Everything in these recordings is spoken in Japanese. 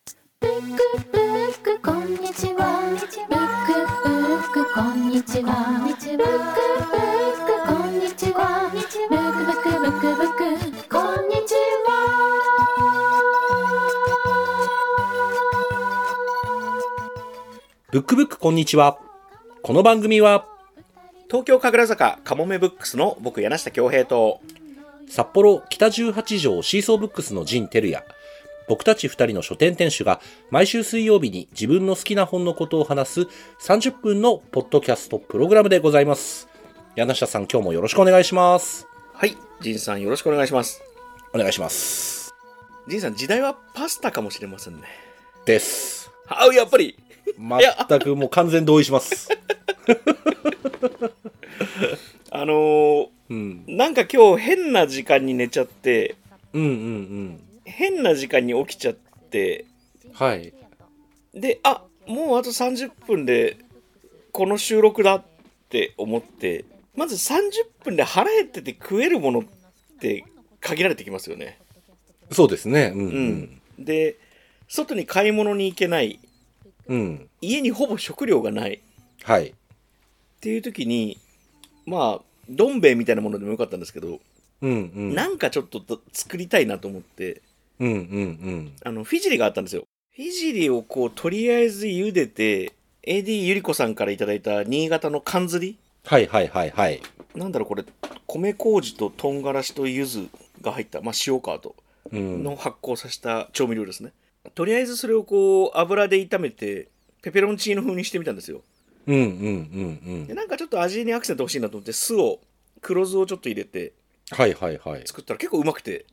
ックブックこんにちはブックブックこんにちはブックブックこんにちはブックブックブックブックこんにちはブックブックこんにちは。この番組は東京神楽坂かもめブックスの僕柳下恭平と札幌北18条シーソーブックスのジン・テルヤ、僕たち二人の書店店主が毎週水曜日に自分の好きな本のことを話す30分のポッドキャストプログラムでございます。柳下さん今日もよろしくお願いします。はい仁さんよろしくお願いしますお願いします。仁さん時代はパスタかもしれませんねです。あやっぱり全くもう完全同意し ます。あのー、うん。なんか今日変な時間に寝ちゃってうんうんうん。変な時間に起きちゃってはい。であもうあと30分でこの収録だって思ってまず30分で腹減ってて食えるものって限られてきますよねそうですね。うん、うん、で外に買い物に行けないうん。うん。家にほぼ食料がないはい。っていう時にまあどん兵衛みたいなものでもよかったんですけど、うんうん。なんかちょっとと作りたいなと思ってうんうんうん。あのフィジリがあったんですよフィジリをこうとりあえず茹でて AD ゆり子さんからいただいた新潟の缶ずりはいはいはいはい。なんだろうこれ米麹と唐辛子と柚子が入った、まあ、塩かとうん。の発酵させた調味料ですね、とりあえずそれをこう油で炒めてペペロンチーノ風にしてみたんですようんうんうんうでん。なんかちょっと味にアクセント欲しいなと思って酢を黒酢をちょっと入れてはいはいはい。作ったら結構うまくて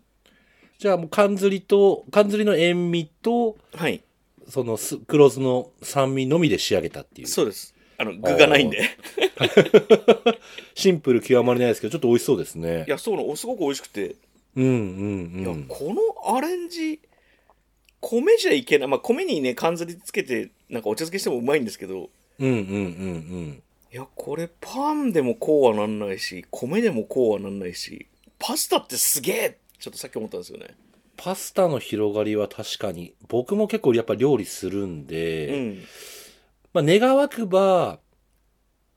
じゃあもう缶ずりと、缶ずりの塩味と、はいそのす黒酢の酸味のみで仕上げたっていう。そうですあの具がないんでシンプル極まりないですけど、ちょっと美味しそうですねい。やそうなのすごく美味しくて、うんういんうやん。このアレンジ米じゃいけない、まあ、米にね缶ずりつけてなんかお茶漬けしてもうまいんですけどうんうんうんいやこれパンでもこうはなんないし米でもこうはなんないしパスタってすげえちょっとさっき思ったんですよねパスタの広がりは確かに、僕も結構やっぱ料理するんうで、んまあ願わくば、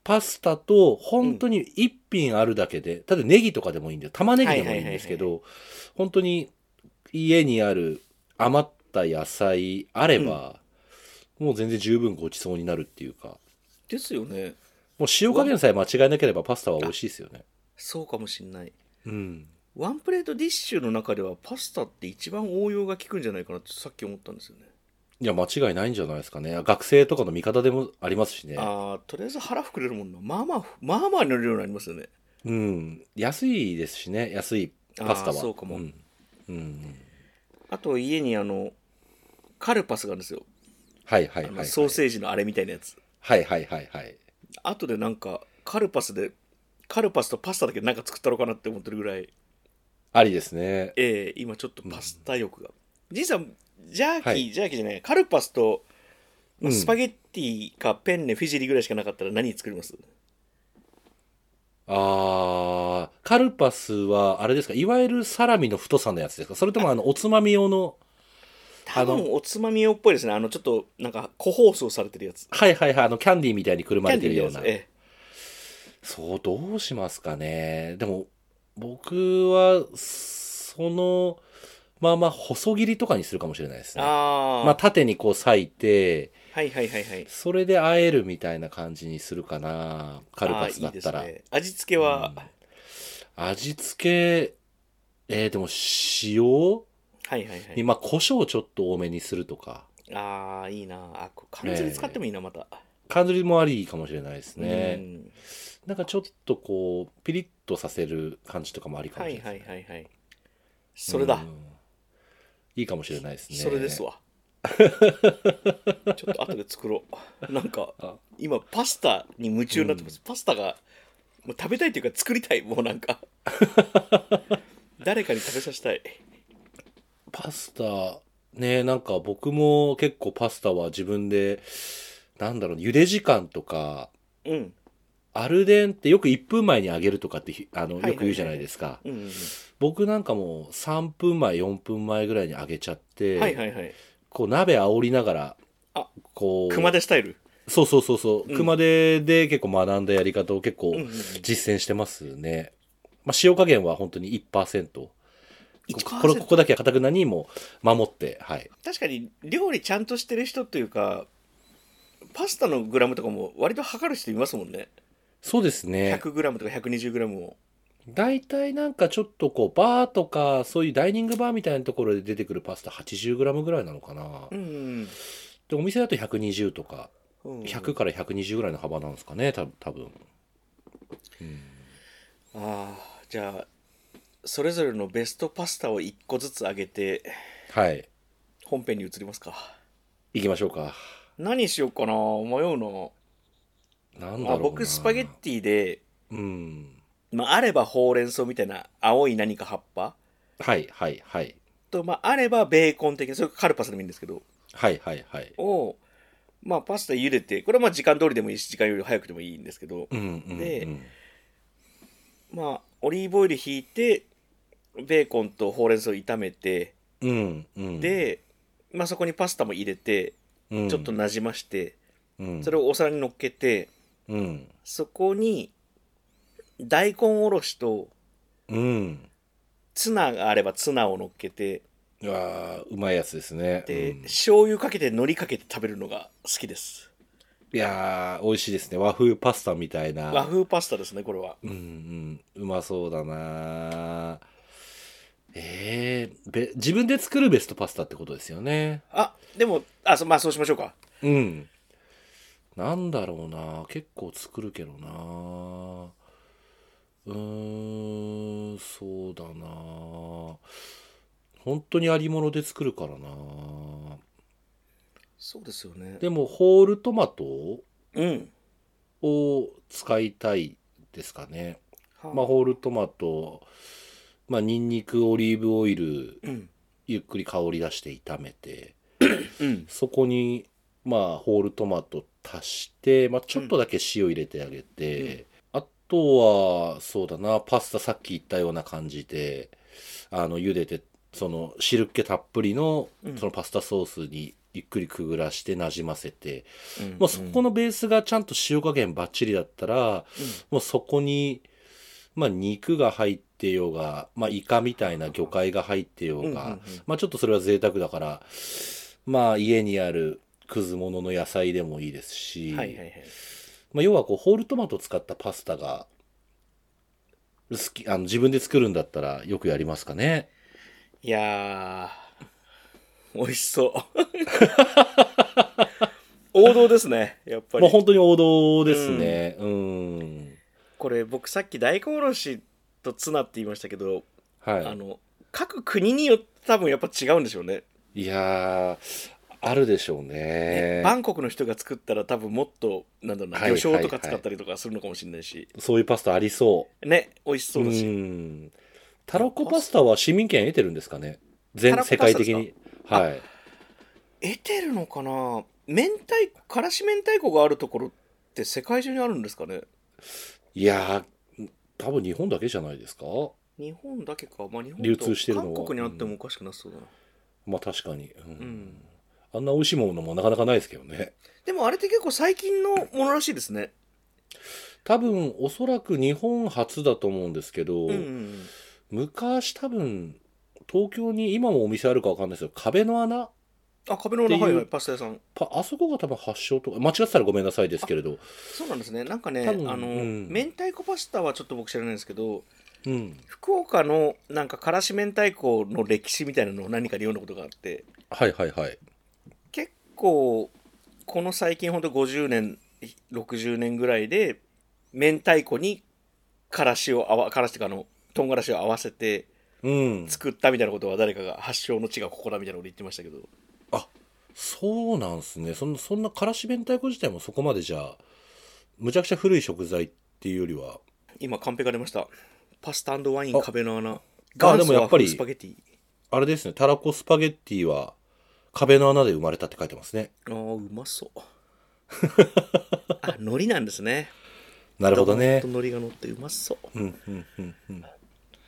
パスタと本当に一品あるだけで、ただネギとかでもいいんで、玉ねぎでもいいんですけはど、本当に家にある余った野菜あれば、もう全然十分ごちそうになるっていうか、ですよねもう塩加減さえ間違えなければパスタは美味しいですよね。そうかもしんないうん。ワンプレートディッシュの中ではパスタって一番応用が効くんじゃないかなってさっき思ったんですよねいや、間違いないんじゃないですかね。学生とかの味方でもありますしね。あーとりあえず腹膨れるもんなまあまあまあまあの量になりますよねうん。安いですしね、安いパスタは。あーそうかもんうんあと家にあのカルパスがあるんですよ、はいはいはあい、のはい。ソーセージのあれみたいなやつはいはいはいはい。後でなんかカルパスでカルパスとパスタだけなんか作ったろうかなって思ってるぐらいありですね。ええ今ちょっとパスタ欲がじいさんジャーキー、はいジャーキーじゃないカルパスと、まあうんスパゲッティかペンネフィジリぐらいしかなかったら何作りますあー、カルパスは、あれですか、いわゆるサラミの太さのやつですかそれとも、あの、おつまみ用の、多あ分のおつまみ用っぽいですねあのちょっとなんか個包装されてるやつはいはいはい、あの、キャンディーみたいにくるまれてるようなキャン。ディーみたいやつええそう、どうしますかね。でも、僕は、その、まあまあ、細切りとかにするかもしれないですね。ああ、まあ、縦にこう裂いて、はいはいはいはいそれで和えるみたいな感じにするかな。カルパスだったら。あーいいですね、味付けは、うん味付け、えー、でも塩はいはいはいに、まあ、胡椒をちょっと多めにするとか。ああいいなあこ完全に使ってもいいなまた、缶ずりもありかもしれないですうね。んなんかちょっとこう、ピリッとさせる感じとかもありかもはしれいないですはね、いはいはいそれだ、うんいいかもしれないですね。それですわちょっと後で作ろうなんかあ今パスタに夢中になってます、パスタがもう食べたいというか作りたいもうなんか 誰かに食べさせたいパスタ、ね、なんか僕も結構パスタは自分で、なんだろう、茹で時間とか、うんアルデンってよく1分前に揚げるとかってひ、あの、はいはいよく言うじゃないですか。うんうん僕なんかもう3分前、4分前ぐらいに揚げちゃって、うんはいはいはいこう鍋煽りながらあこう熊手スタイルそうそうそうそう、熊手で結構学んだやり方を結構んうんうん実践してますね、まあ、塩加減は本当に1%ここれこ1%こだけはかたくなにも守ってはい確かに料理ちゃんとしてる人というかパスタのグラムとかも割と測る人いますもんねそうですね100グラムとか120グラムを大体なんかちょっとこうバーとかそういうダイニングバーみたいなところで出てくるパスタ 80g ぐらいなのかな、うんでお店だと120とかうん100から120ぐらいの幅なんですかねた多分ああじゃあそれぞれのベストパスタを1個ずつ上げてはい本編に移りますか行きましょうか何しようかな迷うななんだろうなあ僕スパゲッティで、うんまあ、あればほうれん草みたいな青い何か葉っぱはいはいはいと、まあ、あればベーコン的なそれかカルパスでもいいんですけどはいはいはいを、まあ、パスタ茹でてこれはまあ時間通りでもいいし時間より早くでもいいんですけど、うんうんうんでまあ、オリーブオイルひいてベーコンとほうれん草を炒めてうんうん、で、まあ、そこにパスタも入れてうんちょっと、なじまして、うん、それをお皿に乗っけてうんそこに大根おろしとうんツナがあればツナを乗っけてうわーうまいやつですねで、うんい醤油かけて海苔かけて食べるのが好きですやー美味しいですね和風パスタみたいな和風パスタですねこれはうんうんうまそうだなえー、べ自分で作るベストパスタってことですよねあでもあそまあそうしましょうかうんなんだろうな結構作るけどなうーんそうだな本当にありもので作るからなそうですよねでもホールトマトうん、を使いたいですかねはあまあ、ホールトマト、まあ、ニンニク、オリーブオイル、うんゆっくり香り出して炒めて、うんそこに、まあ、ホールトマト足して、まあ、ちょっとだけ塩入れてあげて、あとは、そうだな、パスタさっき言ったような感じで、あの、茹でて、その、汁気たっぷりのうん、そのパスタソースに、ゆっくりくぐらしてなじませて、うんもうそこのベースがちゃんと塩加減ばっちりだったら、もうそこに、まあ、肉が入ってようが、まあ、イカみたいな魚介が入ってようが、うんうんうんまあ、ちょっとそれは贅沢だから、まあ、家にあるくず物の野菜でもいいですうし、んはいはいはいまあ、要はこうホールトマトを使ったパスタが好きあの自分で作るんだったらよくやりますかね。いやー美味 しそう王道ですねやっぱりもう本当に王道ですね。うん。これ僕さっき大根おろしとツナって言いましたけど、あはの各国によって多分やっぱ違うんでしょうね、い。いやー、あるでしょうね。バンコクの人が作ったら多分もっとなんだろうな、はい魚醤とはかいはい使ったりとかするのかもしれないし、そういうパスタありそう。ね美味しそうだし、んタラコパスタは市民権得てるんですかねタ全ラコ世パ界スタです的かにはい得てるのかな明太子からし明太子があるところって世界中にあるんですかねいやー多分日本だけじゃないですか日本だけか、まあ、日本と流通してるのは韓国にあってもおかしくなさそうだな、まあ確かに、うんうんあんな美味しいものもなかなかないですけどねでもあれって結構最近のものらしいですね多分おそらく日本初だと思うんですけど、うんうんうん昔多分東京に今もお店あるかわかんないですけど壁の穴あ壁のって裏いうはいはいパスタ屋さんパあそこが多分発祥とか間違ってたらごめんなさいですけれどそうなんですねなんかね多あ分の、うん明太子パスタはちょっと僕知らないんですけどうん福岡のなんかからし明太子の歴史みたいなのを何かで読んだことがあってはいはいはい結構この最近ほんと50年60年ぐらいで明太子にからしをあわからしとかあの唐辛子を合わせてうん作ったみたいなことは誰かが発祥の地がここだみたいなこと言ってましたけどそうなんすねそんなそんなからし明太子自体もそこまでじゃあむちゃくちゃ古い食材っていうよりは今カンペが出ましたパスタワインあ壁の穴あでもやっぱり元祖和風スパゲティあれですねたらこスパゲッティは壁の穴で生まれたって書いてますねあーうまそうあ海苔なんですね なるほどねドボンと海苔が乗ってうまそううんうんうんうん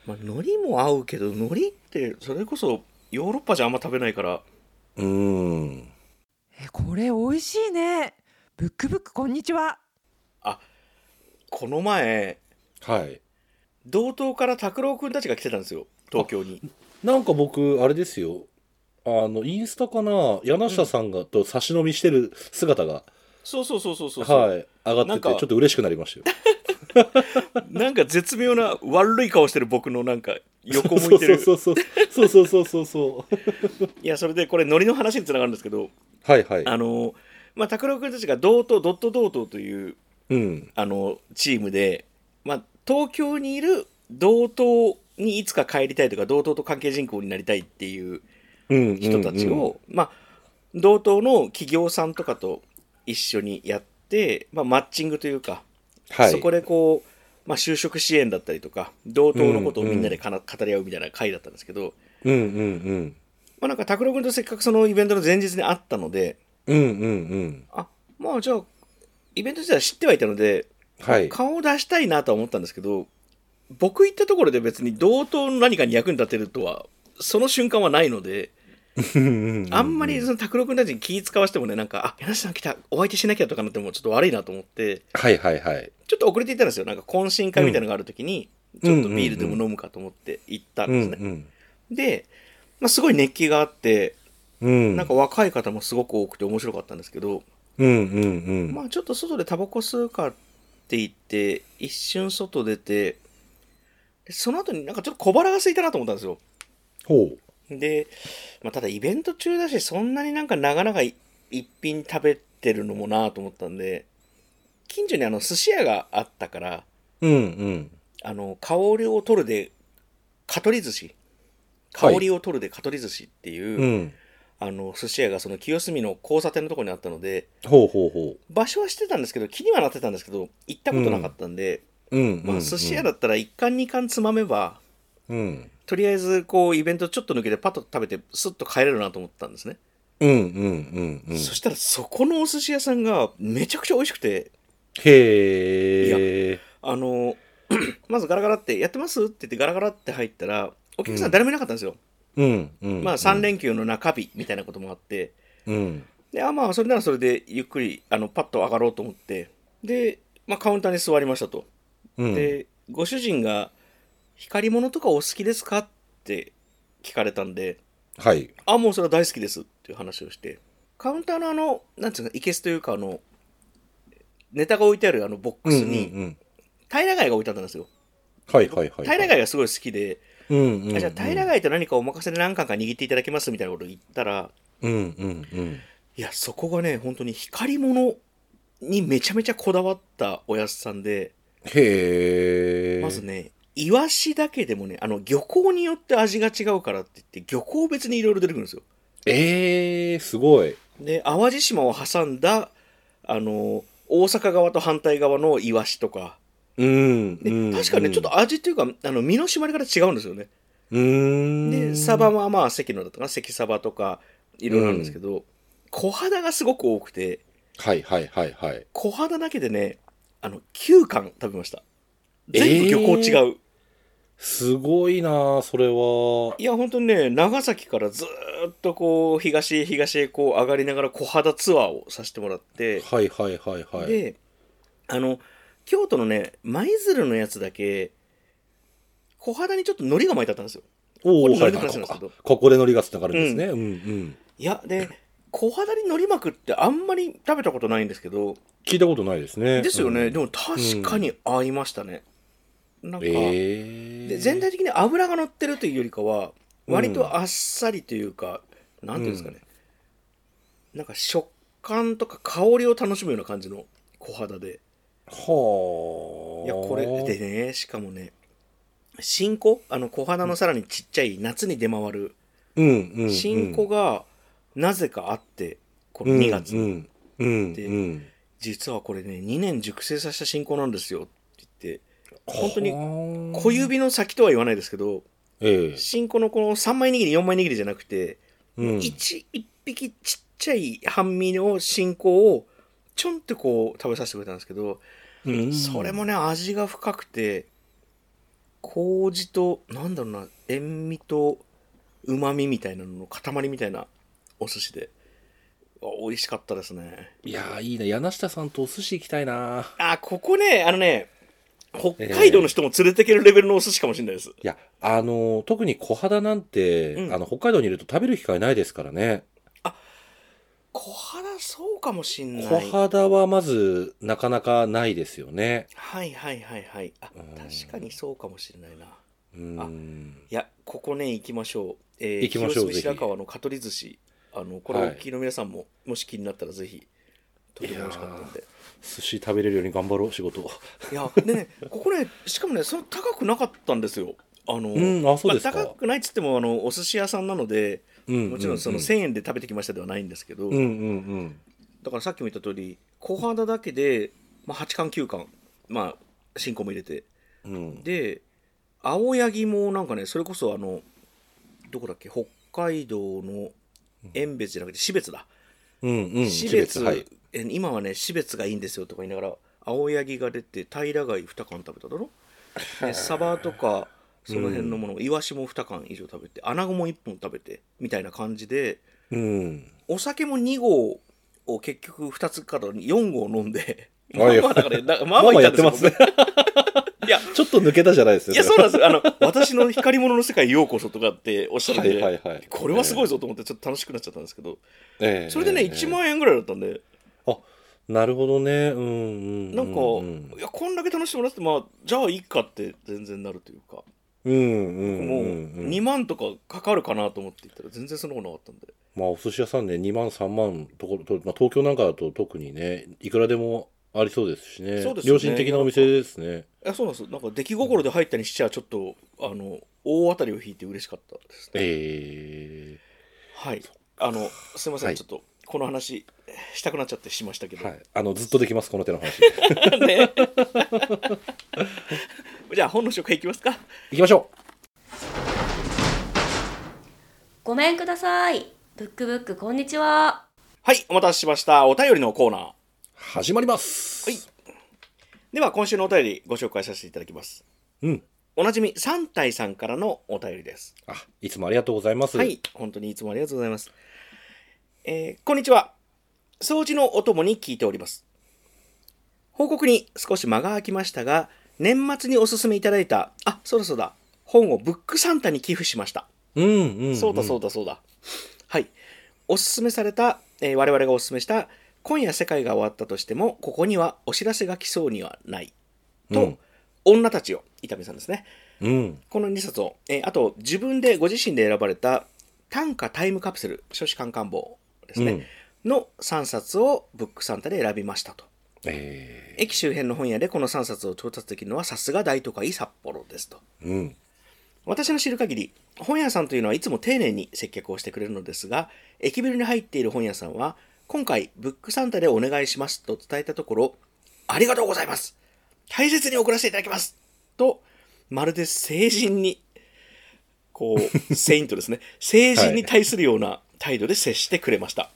まあ、海苔も合うけど海苔ってそれこそヨーロッパじゃあんま食べないからうーん。えこれ美味しいねブックブックこんにちはあこの前はい。同等から拓郎くんたちが来てたんですよ東京になんか僕、あれですよ。あの、インスタかな柳下さんが、と差し飲みしてる姿が、そうそうそうそうそうそう、はい、上がなってんて、ちかょっと嬉しくなりましたよ。なんか絶妙な悪い顔してる僕のなんか横向いてるそうそうそうそう。そうそうそうそうそう。いやそれでこれノリの話につながるんですけどはいはい。あのまあ拓郎くんたちが同等ドット同等といううん。あのチームで、まあ、東京にいる同等にいつか帰りたいとか同等と関係人口になりたいっていううんうん。人たちを、うんまあ、同等の企業さんとかと一緒にやって、まあ、マッチングというか、はい。そこでこう、まあ、就職支援だったりとか同等のことをみんなでかな、語り合うみたいな会だったんですけど、うんうんまあ、なんか拓郎君とせっかくそのイベントの前日に会ったのでうん。うんうんうん。あまあじゃあイベント自体は知ってはいたので、はい。顔を出したいなとは思ったんですけど僕行ったところで別に同等の何かに役に立てるとはその瞬間はないので。あんまりその拓郎君たちに気使わせてもね、なんか、あ、柳瀬さん来た、お相手しなきゃとかなってもちょっと悪いなと思って、はいはいはい。ちょっと遅れていったんですよ。なんか懇親会みたいなのがある時うに、んちょっとビールでも飲むかと思って行ったんうんですね。うん。で、まあ、すごい熱気があって、うん。なんか若い方もすごく多くて面白かったんですけど、うんうんうん。まあちょっと外でタバコ吸うかって言って、一瞬外出て、でその後になんかちょっと小腹が空いたなと思ったんですよ。ほう。で、まあ、ただイベント中だし、そんなになんかなかなかい一品食べてるのもなぁと思ったんで、近所にあの寿司屋があったから、うんうん。あの、香りを取るで、香取り寿司。香はいりを取るで香取り寿司っていう、うん。あの、寿司屋がその清澄の交差点のところにあったので、ほうほうほ場所は知ってたんですけど、気にはなってたんですけど、行ったことなかったんで、う。うんうん。まあ寿司屋だったら一貫二貫つまめば、うん。とりあえずこうイベントちょっと抜けてパッと食べてスッと帰れるなと思ったんですね。うんうんうんうん。そしたらそこのお寿司屋さんがめちゃくちゃ美味しくて、へえ。あの、 まずガラガラって、やってますって言ってガラガラって入ったら、お客さん誰もいなかったんですよ。うんうん。まあ3連休の中日みたいなこともあって、うん。で、あ、まあそれならそれでゆっくり、あの、パッと上がろうと思って、で、まあカウンターに座りましたと。うん。で、ご主人が、光り物とかお好きですかって聞かれたんで、はい。あ、もうそれは大好きですっていう話をして、カウンターのあの、なんていうの、いけすというか、あの、ネタが置いてあるあのボッうクんうスんうに、ん。平貝が置いてあったんですよ。はいはいはい。平貝がすごい好きで、うんうん。あじゃあ平貝と何かお任せで何巻か握っていただけますみたいなことを言ったら、うんうんうん。いや、そこがね、本当に光り物にめちゃめちゃこだわったおやすさんで、へえ。まず。ね、イワシだけでもね、あの、漁港によって味が違うからって言って、漁港別にいろいろ出てくるんですよ。ええ、すごい。で、淡路島を挟んだ、あの、大阪側と反対側のイワシとか、うん。で確かね、ちょっ。と味というか、あの、身の締まり方違うんですよね。うん。で、サバ。はまあ、関のだとか、関サバとか、いろいろあるんですけど、小肌がすごく多くて、はいはいはいはい。小肌だけでね、あの、9貫食べました。全部漁港違う。すごいなそれは。いや、本当にね、長崎からずーっとこう、東へ東へこう、上がりながら小肌ツアーをさせてもらって、はいはいはいはい。で、あの、京都のね、舞鶴のやつだけ、小肌にちょっと海苔が巻いてあったんですよ。おお、ここでノリのはい話はいなんですけどあここでノリがつながるんですね。うんうん。いや、 で、小肌に海苔巻くってあんまり食べたことないんですけど、聞いたことないですね。ですよね、うんでも確かに合いましたね。なんか、ええ。で全体的に脂が乗ってるというよりかはうん割とあっさりというか、なんていうんですかね、なんか食感とか香りを楽しむような感じの小肌ではいやこれでねしかもね新子あの小肌のさらにちっちゃい夏に出回るうんうんうん、新子がなぜかあってこのうん2月、うんうんでうん、実はこれね2年熟成させた新子なんですよって言って本当にに小、指の先とは言わないですけどええ新子のこの3枚握り4枚握りじゃなくてうん、一一匹ちっちゃい半身の進行をちょんってこう食べさせてくれたんですけど、うんそれもね味が深くて麹となんだろうな塩味とうまみみたいなのの塊みたいなお寿司であ美味しかったですねいやーいいな柳下さんとお寿司行きたいなあここねあのね北海道の人も連れてけるレベルのお寿司かもしれないです、いやあのー特に小肌なんて、うんあの北海道にいると食べる機会ないですからね小肌そうかもしんない小肌はまずなかなかないですよねはいはいはいはいあうん確かにそうかもしれないなうーんいやここね行きましょう、え行きましょうぜ広ひ島白川の香取寿司あのこれはいお聞きの皆さんも、もし気になったらぜひとても美味しかったんで寿司食べれるように頑張ろう仕事いやでねここねしかもねその高くなかったんですよあの、うんあそうですか、まあ高くないっつってもあのお寿司屋さんなのでうんうんうんもちろんその1000円で食べてきましたではないんですけど、うんうんうんだからさっきも言った通り小肌だけで、まあ、8巻9巻まあ新行も入れてうんで青柳もなんかねそれこそあのどこだっけ北海道の遠別じゃなくて標別だ、うんうん標別はいえ今はね標別がいいんですよとか言いながら青柳が出て平貝2貫食べ ただろでサバとかその辺のもの、イワシも2貫以上食べて穴子も1本食べてみたいな感じでうんお酒も2合を結局2つから4合飲んでまあはいまあだからねなまマあマまあいやたっんてですますよね いやちょっと抜けたじゃないですよいや、そうなんですよ。あの、私の光り物の世界へようこそとかっておっしゃっはていて、はいはいこれはすごいぞと思ってちょっと楽しくなっちゃったんですけど、ええそれでね、ええ1万円ぐらいだったんで、あなるほどねうんうんなんか、うんうんいや、こんだけ楽しんでもらって、まあ、じゃあいいかって全然なるというか、うんうんもううんうん2万とかかかるかなと思って行ったら全然そのことなかったんで、まあお寿司屋さんね2万3万ところと、まあ、東京なんかだと特にねいくらでもありそうですしねそうですよ良ね心的なお店ですねいや、そうなんですよ。なんか出来心で入ったにしちゃ、ちょっと、あの、大当たりを引いて嬉しかったですね。えはい。あの、すいません、はいちょっと、この話、したくなっちゃってしましたけえど、はいあのずっとできますこの手の 話ねじゃあ本の紹介いきますか。行きましょごめんください。ブックブック、こんにちは。はい、お待たせしました。お便りのコーナー。う始まりますはいでは、今週のお便りご紹介させていただきます。うんおなじみ、三体さんからのお便りです。あいつもありがとうございますはい、本当にいつもありがとうございます。えーこんにちは。掃除のお供に聞いております。報告に少し間が空きましたが、年末におすすめいただいた、あ、そうだそうだ、本をブックサンタに寄付しました。うんうん、うん、そうだそうだそうだ。はい。おすすめされた、えー我々がおすすめした、今夜世界が終わったとしても、ここにはお知らせが来そうにはない。と、うん女たちを、伊丹さんですね。うんこの2冊を、えーあと、自分でご自身で選ばれた、短歌タイムカプセル、書士官官房ですね、の3冊をブックサンタで選びましたと。え駅周辺の本屋でこの3冊を調達できるのはさすが大都会札幌ですと。えうん私の知る限り本屋さんというのはいつも丁寧に接客をしてくれるのですが駅ビルに入っている本屋さんは今回ブックサンタでお願いしますと伝えたところありがとうございます大切に送らせていただきますとまるで成人にこうセイントですね成人に対するような態度で接してくれました、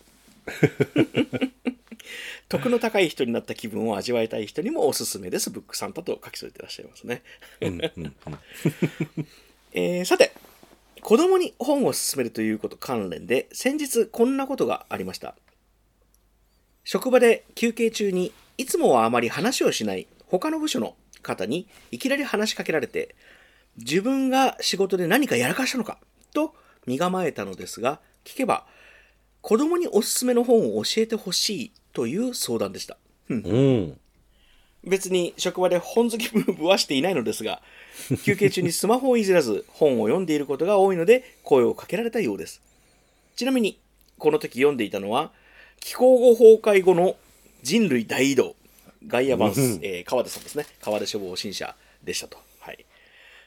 徳の高い人になった気分を味わいたい人にもおすすめですブックサンタと書き添えてらっしゃいますねうんうんうんえーさて子供に本を勧めるということ関連で先日こんなことがありました職場で休憩中にいつもはあまり話をしない他の部署の方にいきなり話しかけられて自分が仕事で何かやらかしたのかと身構えたのですが聞けば子供におすすめの本を教えてほしいという相談でしたうん別に職場で本好きムーブはしていないので すが、休憩中にスマホをいじらず本を読んでいることが多いので声をかけられたようです。ちなみに、この時読んでいたのは、気候後崩壊後の人類大移動、ガイアバンス、うんえー川出さんですね。川出処方新社でしたと。はい。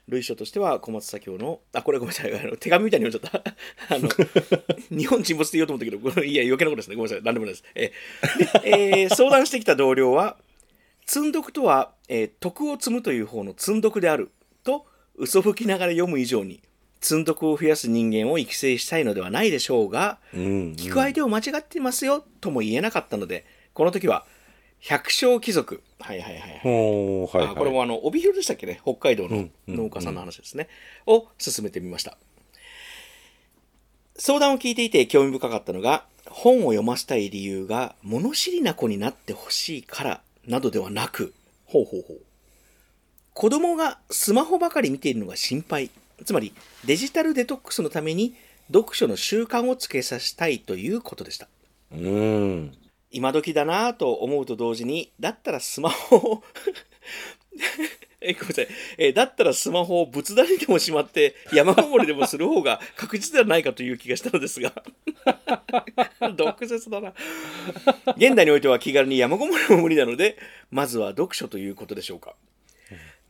類書としては小松左京の、あ、これごめんなさい、あの手紙みたいに読んじゃっ た。あ の、日本沈没って言おうと思ったけど、これいや、余計なことですね。ごめんなさい、なんでもないです。えーでえー相談してきた同僚は、積んどくとは、えー徳を積むという方の積んどくであると嘘吹きながら読む以上に積んどくを増やす人間を育成したいのではないでしょうがうん聞く相手を間違っていますよとも言えなかったのでこの時は百姓貴族はいはいはいはい、おーはいはいあこれもあの帯広でしたっけね北海道うのんうん農家さんの話ですね、を進めてみました相談を聞いていて興味深かったのが、本を読ませたい理由が物知りな子になってほしいからなどではなく、ほうほうほう。子供がスマホばかり見ているのが心配。つまりデジタルデトックスのために読書の習慣をつけさせたいということでした。うーん。今時だなぁと思うと同時に、だったらスマホを え、ごめんなさい。え、だったらスマホを仏壇にでもしまって、山登りでもする方が確実ではないかという気がしたのですが。 毒舌だな。現代においては気軽に山ごもりも無理なので、まずは読書ということでしょうか。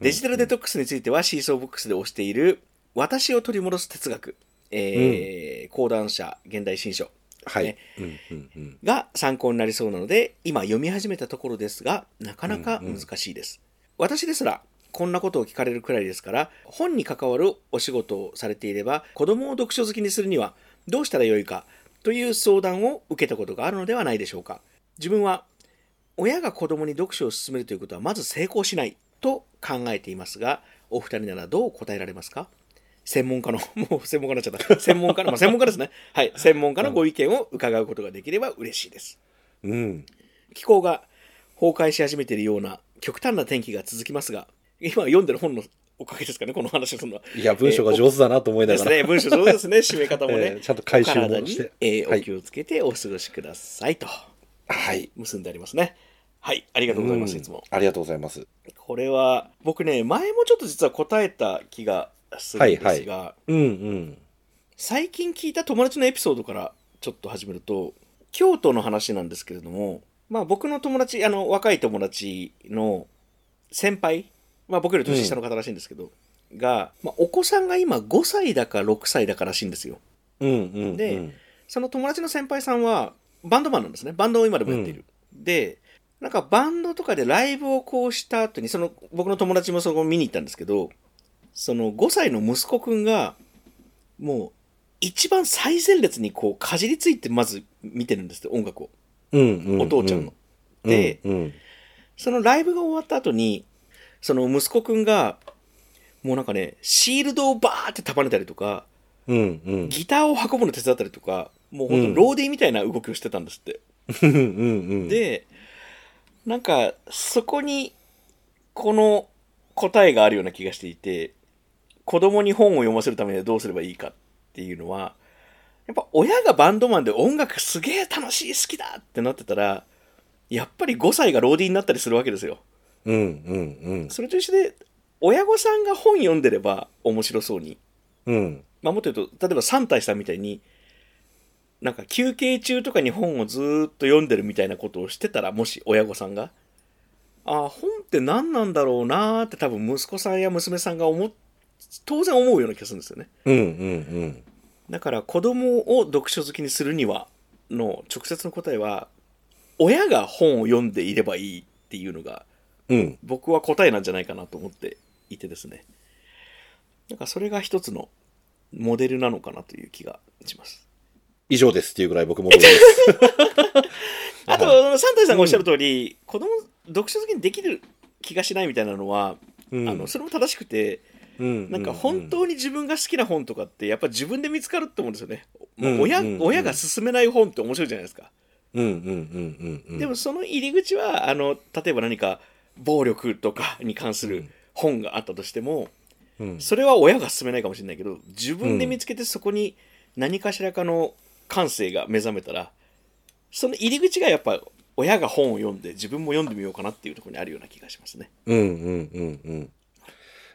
デジタルデトックスについてはシーソーブックスで推している、私を取り戻す哲学、えー講談社現代新書。はねい。うんうんうん。が参考になりそうなので今読み始めたところですがなかなか難しいです、私ですらこんなことを聞かれるくらいですから本に関わるお仕事をされていれば子供を読書好きにするにはどうしたらよいかという相談を受けたことがあるのではないでしょうか自分は親が子供に読書を勧めるということはまず成功しないと考えていますがお二人ならどう答えられますか専門家の もう専門家になっちゃった専門家の、まあ、専門家ですねはい専門家のご意見を伺うことができれば嬉しいですうん。気候が崩壊し始めているような極端な天気が続きますが今読んでる本のおかげですかねこの話をするのは。いや、文章が上手だなと思いなでがすら。ね、文章そうですね、締め方もね。 えーちゃんと回収もお体にしてえーはおい気をつけてお過ごしくださいと、はい。結んでありますね。はい、ありがとうございます、うんいつも。ありがとうございます。これは、僕ね、前もちょっと実は答えた気がするんですが、はいうんうん。最近聞いた友達のエピソードからちょっと始めると、京都の話なんですけれども、まあ僕の友達、あの若い友達の先輩、まあ僕より年下の方らしいんですけど、が、まあお子さんが今5歳だか6歳だからしいんですよ。うんうんうん。でその友達の先輩さんはバンドマンなんですね。バンドを今でもやっている。で、なんかバンドとかでライブをこうした後に、その僕の友達もそこ見に行ったんですけど、その5歳の息子くんが、もう一番最前列にこうかじりついてまず見てるんですって、音楽を。うんうんうん。お父ちゃんの。うん。でうん。そのライブが終わった後に、その息子くんが、もうなんかね、シールドをバーって束ねたりとか、うんうん。ギターを運ぶの手伝ったりとか、もうほんとローディーみたいな動きをしてたんですって。うんうんうん。、で、なんか、そこに、この答えがあるような気がしていて、子供に本を読ませるためにはどうすればいいかっていうのは、やっぱ親がバンドマンで音楽すげえ楽しい、好きだってなってたら、やっぱり5歳がローディーになったりするわけですよ。うんうんそれと一緒で、親御さんが本読んでれば面白そうに。うん。うん。まあ、もっと言うと、例えば三体さんみたいに、なんか休憩中とかに本をずーっと読んでるみたいなことをしてたら、もし親御さんが、ああ、本って何なんだろうなーって多分息子さんや娘さんが思っ、当然思うような気がするんですよね。うんうんだから子供を読書好きにするには、の直接の答えは、親が本を読んでいればいいっていうのが、うん。うん。僕は答えなんじゃないかなと思っていてですね。なんかそれが一つのモデルなのかなという気がします。以上ですっていうぐらい僕もどうです。あと、はサンタイさんがおっしゃる通り、子供、読書好きにできる気がしないみたいなのは、うあのそれも正しくて、うんなんか本当に自分が好きな本とかって、やっぱ自分で見つかると思うんですよね。まあうん親うんうん親が勧めない本って面白いじゃないですか。うんうんうんうんうん。でもその入り口はあの例えば何か暴力とかに関する本があったとしても、うん、それは親が勧めないかもしれないけど自分で見つけてそこに何かしらかの感性が目覚めたらその入り口がやっぱ親が本を読んで自分も読んでみようかなっていうところにあるような気がしますね。うんうんうんうん。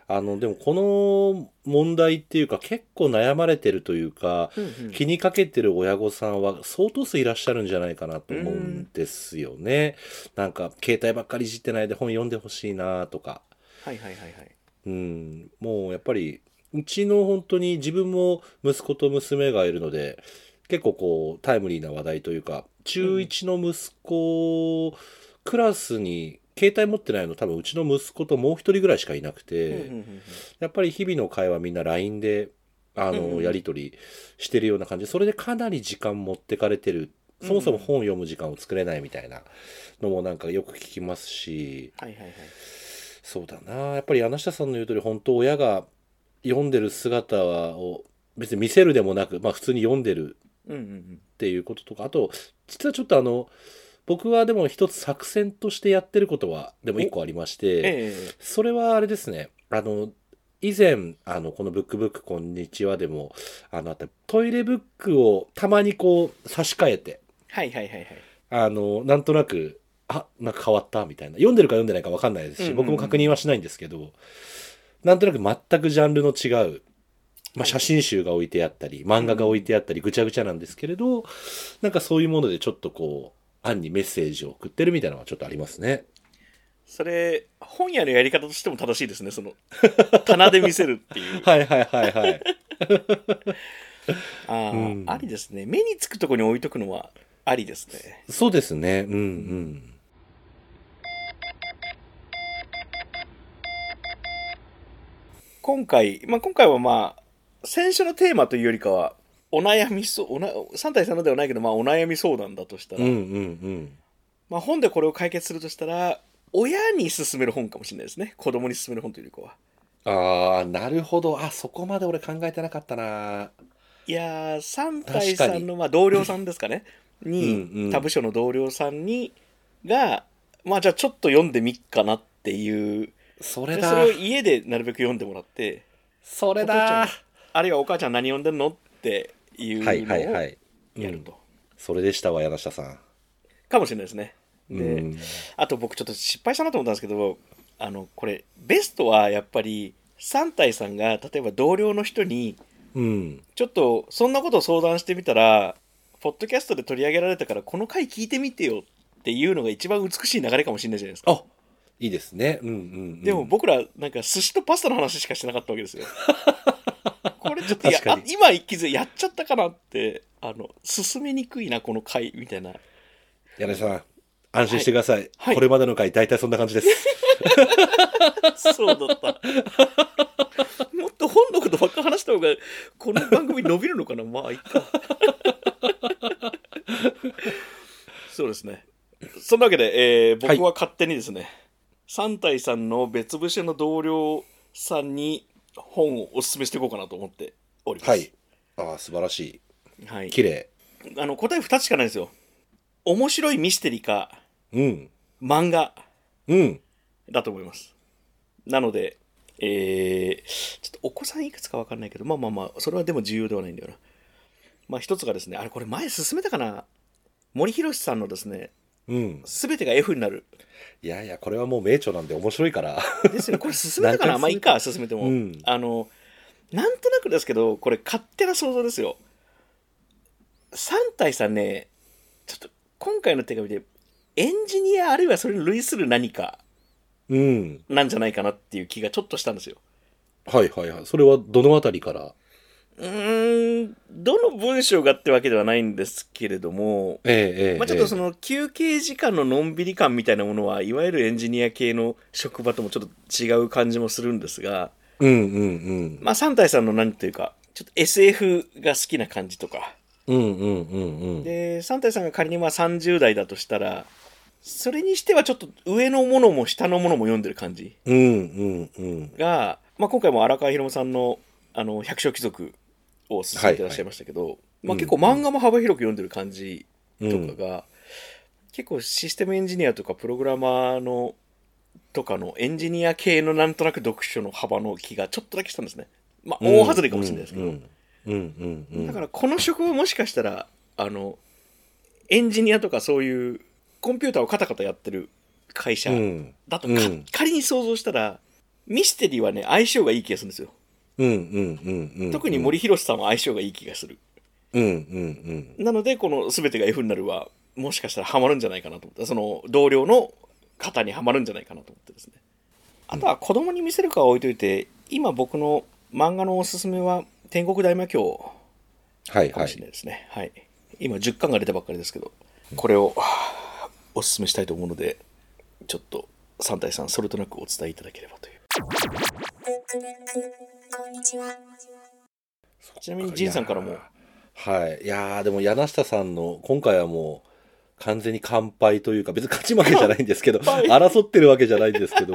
あの、でもこの問題っていうか結構悩まれてるというか、気にかけてる親御さんは相当数いらっしゃるんじゃないかなと思うんですよね。なんか携帯ばっかりいじってないで本読んでほしいなとか。はいはいはいはい。うん、もうやっぱりうちの本当に自分も息子と娘がいるので結構こうタイムリーな話題というか中1の息子クラスに携帯持ってないの多分うちの息子ともう一人ぐらいしかいなくてうんうんうんやっぱり日々の会話みんな LINE であうんうのんやり取りしてるような感じでそれでかなり時間持ってかれてるそもそも本読む時間を作れないみたいなのもなんかよく聞きますし。はいはいはい。そうだなやっぱり柳下さんの言う通り本当親が読んでる姿を別に見せるでもなく、まあ、普通に読んでるうんうんっていうこととかあと実はちょっとあの僕はでも一つ作戦としてやってることはでも一個ありまして、ええそれはあれですねあの以前あのこの「ブックブックこんにちは」でもあのあったトイレブックをたまにこう差し替えてはいはいはいはい。あのなんとなくあなんか変わったみたいな読んでるか読んでないか分かんないですし、うんうんうん僕も確認はしないんですけどなんとなく全くジャンルの違う、まあ、写真集が置いてあったり漫画が置いてあったりぐちゃぐちゃなんですけれどなんかそういうものでちょっとこう案にメッセージを送ってるみたいなのはちょっとありますね。それ、本屋のやり方としても正しいですね。その、棚で見せるっていう。はいはいはいはい。ああ、うんありですね。目につくとこに置いとくのはありですね。そうですね。うんうん。今回、まあ今回はまあ、先週のテーマというよりかは、お悩みそう、おな3対3のではないけど、まあお悩み相談だとしたうら、んうんまあ本でこれを解決するとしたら、親に勧める本かもしれないですね。子供に勧める本というよりかは。うん。ああ、なるほど。あ、そこまで俺考えてなかったな。いやー、3対確か3にの、まあ、同僚さんですかね。に、うんうん他部署の同僚さんに、が、まあ、じゃあちょっと読んでみっかなっていう。そでれだ。それを家でなるべく読んでもらって、それお父ちゃだん。あるいはお母ちゃん何読んでんのっていうのをはやるいと。はいはい。うんそれでしたわ、柳下さん。かもしれないですね。うで、ん、あと僕ちょっと失敗したなと思ったんですけど、あの、これ、ベストはやっぱり、3対3が、例えば同僚の人に、うん、ちょっとそんなことを相談してみたら、ポッドキャストで取り上げられたから、この回聞いてみてよっていうのが一番美しい流れかもしれないじゃないですか。あいいですね。うんうん、うん。でも僕ら、なんか寿司とパスタの話しかしてなかったわけで すよ。これちょっとや確かにあ今一気づいやっちゃったかなって、あの、進めにくいな、この回、みたいな。柳下さん、安心してください。はいこれまでの回、大体そんな感じ です。そうだ った。もっと本のことばっか話した方が、この番組伸びるのかなまあ、いっか。そうですね。そんなわけで、えーはい僕は勝手にですね、3対3の別部署の同僚さんに本をお勧めしていこうかなと思っております。はい。。ああ、素晴らしはいい。、綺麗。あの答え2つしかないんですよ。面白いミステリーか、うん、漫画うん。だと思います。なので、えー、ちょっとお子さんいくつかわかんないけど、まあまあまあ、それはでも重要ではないんだよな。まあ一つがですね、あれこれ前進めたかな森博さんのですね、うん、すべてが F になる。いやいやこれはもう名著なんで面白いから ですよね、これ進めたかな何回進めたまあういいか、進めても、んあの、なんとなくですけど、これ勝手な想像ですよ。3対3ね、ちょっと今回の手紙で、エンジニアあるいはそれに類する何かうんなんじゃないかなっていう気がちょっとしたんですよ。はいはいはいそれはどのあたりからうーん、どの文章がってわけではないんですけれども、ええええまあ、ちょっとその、の休憩時間ののんびり感みたいなものは、いわゆるエンジニア系の職場ともちょっと違う感じもするんですが、うんうんうんまあ、3対3の何というか、ちょっと SF が好きな感じとか、うんうんうんうんで、3対3が仮にまあ30代だとしたら、それにしてはちょっと上のものも下のものも読んでる感じうんうんうんが、まあ、今回も荒川博さんのあの百姓貴族を進めてらっしゃいましたけど、まあ、結構漫画も幅広く読んでる感じとかが、結構システムエンジニアとかプログラマーのとかのエンジニア系のなんとなく読書の幅の気がちょっとだけしたんですね。まあ、大外れかもしれないですけど、うんうんうんうんだからこの職はもしかしたらあのエンジニアとかそういうコンピューターをカタカタやってる会社うんだと、うんか仮に想像したらミステリーはね相性がいい気がするんですようんうんうんうん特に森博さんは相性がいい気がする、うんうんなのでこの「全てが F になる」はもしかしたらハマるんじゃないかなと思ってその同僚の方にはまるんじゃないかなと思ってですねあとは子供に見せるかは置いといて今僕の漫画のおすすめは「天国大魔教」はいかはもしれないいですね。はい。今10巻が出たばっかりですけど、これをはあお勧めしたいと思うので、ちょっと3対3、それとなくお伝えいただければという。ちなみに、ジンさんからも、はいいやーでも柳下さんの今回はもう完全に完敗というか別に勝ち負けじゃないんですけど乾杯 争ってるわけじゃないんですけど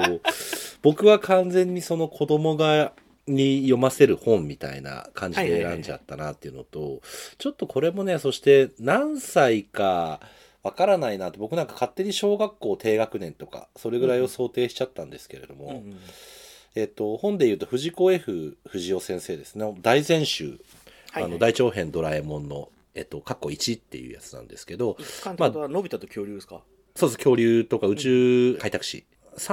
僕は完全にその子供がに読ませる本みたいな感じで選んじゃったなっていうのと、ちょっとこれもね、そして何歳かわからないなって、僕なんか勝手に小学校低学年とか、それぐらいを想定しちゃったんですけれども、うんえっと、本で言うと藤子 F 不二雄先生ですね、大全集、はいはいあの大長編ドラえもんの、えっと、過去1っていうやつなんですけど、一巻ってことは、のび太と恐竜ですかそうです、恐竜とか宇宙開拓史。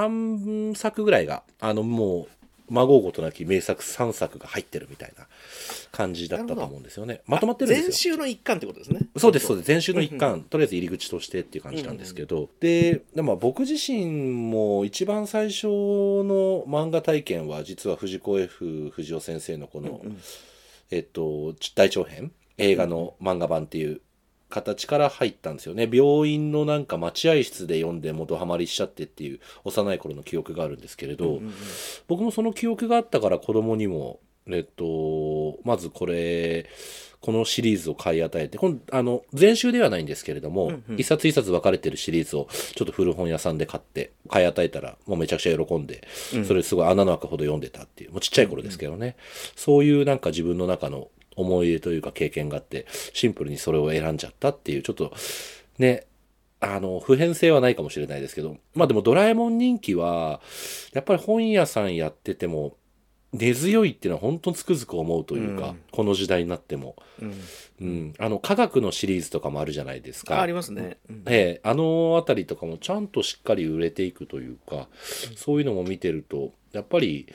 3作ぐらいが、あの、もう、まごうことなき名作3作が入ってるみたいな感じだったと思うんですよね。まとまってるんですよ。全集の一巻ってことですね。そうです、そうです。前週の一環、とりあえず入り口としてっていう感じなんですけど。で、でまあ僕自身も一番最初の漫画体験は、実は藤子 F 不二雄先生のこの、うんうんえっと、大長編、映画の漫画版っていう形から入ったんですよね。病院のなんか待合室で読んでもドハマりしちゃってっていう幼い頃の記憶があるんですけれど、うんうんうん僕もその記憶があったから子供にも、えっと、まずこれ、このシリーズを買い与えて、今あの、前週ではないんですけれども、うんうん一冊一冊分かれてるシリーズをちょっと古本屋さんで買って、買い与えたら、もうめちゃくちゃ喜んで、うんそれすごい穴の開くほど読んでたっていう、もうちっちゃい頃ですけどね、そういうなんか自分の中の思い出というか経験があって、シンプルにそれを選んじゃったっていう、ちょっと、ね、あの、普遍性はないかもしれないですけど、まあでもドラえもん人気は、やっぱり本屋さんやってても、根強いっていうのは本当につくづく思うというか、うんこの時代になっても。うん。あの、科学のシリーズとかもあるじゃないですあか。ありますね。うんええ、あのあたりとかもちゃんとしっかり売れていくというか、そういうのも見てると、やっぱり、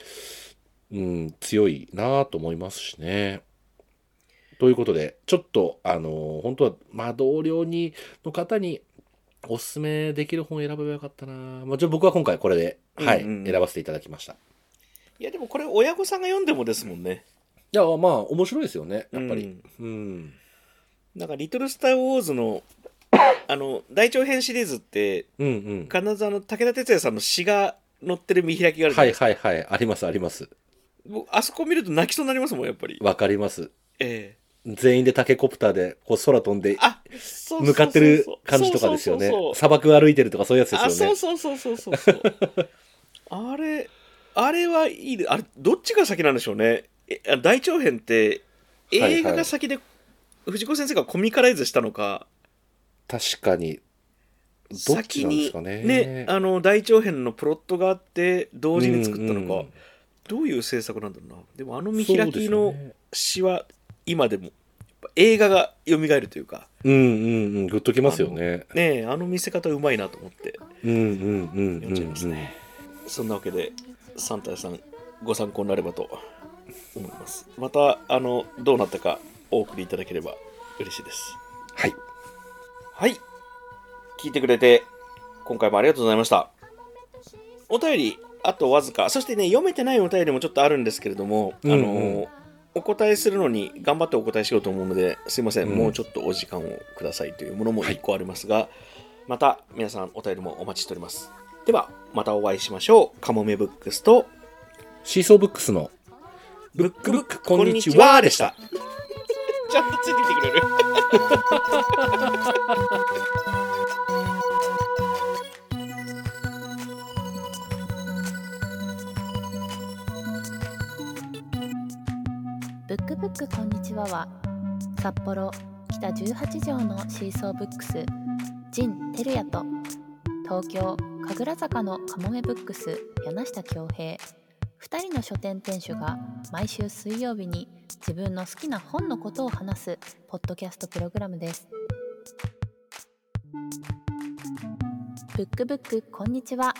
うん、強いなぁと思いますしね。ということで、ちょっと、あの本当は、まあ、同僚に、の方に、おすすめできる本選べばよかったなぁまあ、じゃあ僕は今回これで、はい、うんうん選ばせていただきました。いいやでもこれ親御さんが読んでもですもんね。や、まあ、面白いですよね、やっぱうりん。うん。なんか「リトル・スター・ウォーズの」あの大長編シリーズってうん、うん。必ずあの武田鉄矢さんの詩が載ってる見開きがあるじゃはないいですか。はいはい、ありますあります。僕あそこ見ると泣きそうになりますもんやっぱり。わかります。ええ全員でタケコプターで、こう空飛んで、あそうそうそうそう向かってる感じとかですよねそうそうそうそう砂漠歩いてるとかそういうやつあですよそうねそうそうそうそうそう あれあれはいいであれどっちが先なんでしょうねえあ大長編ってはいはい映画が先で、藤子先生がコミカライズしたのか確かにどっち先なんですにかねあの大長編のプロットがあって同時に作ったのか、うんうんどういう制作なんだろうなでもあの見そう開できすのよね詩は今でもやっぱ映画が蘇るというかうんうんうんグッときますよねねえあの見せ方うまいなと思ってうんうんうんうん読んじゃいますね、そんなわけで3対3ご参考になればと思いますまたあのどうなったかお送りいただければ嬉しいですはいはい聞いてくれて今回もありがとうございましたお便りあとわずかそしてね読めてないお便りもちょっとあるんですけれども、あのうんうんお答えするのに頑張ってお答えしようと思うのですいません、うんもうちょっとお時間をくださいというものも1個ありますが、また皆さんお便りもお待ちしておりますではまたお会いしましょうカモメブックスとシーソーブックスのブックブックこんにちはでしたちゃんとついてきてくれるブックブックこんにちはは札幌北十八条のシーソーブックスジン・テルヤと東京神楽坂のカモメブックス柳下恭平2人の書店店主が毎週水曜日に自分の好きな本のことを話すポッドキャストプログラムです。ブックブックこんにちは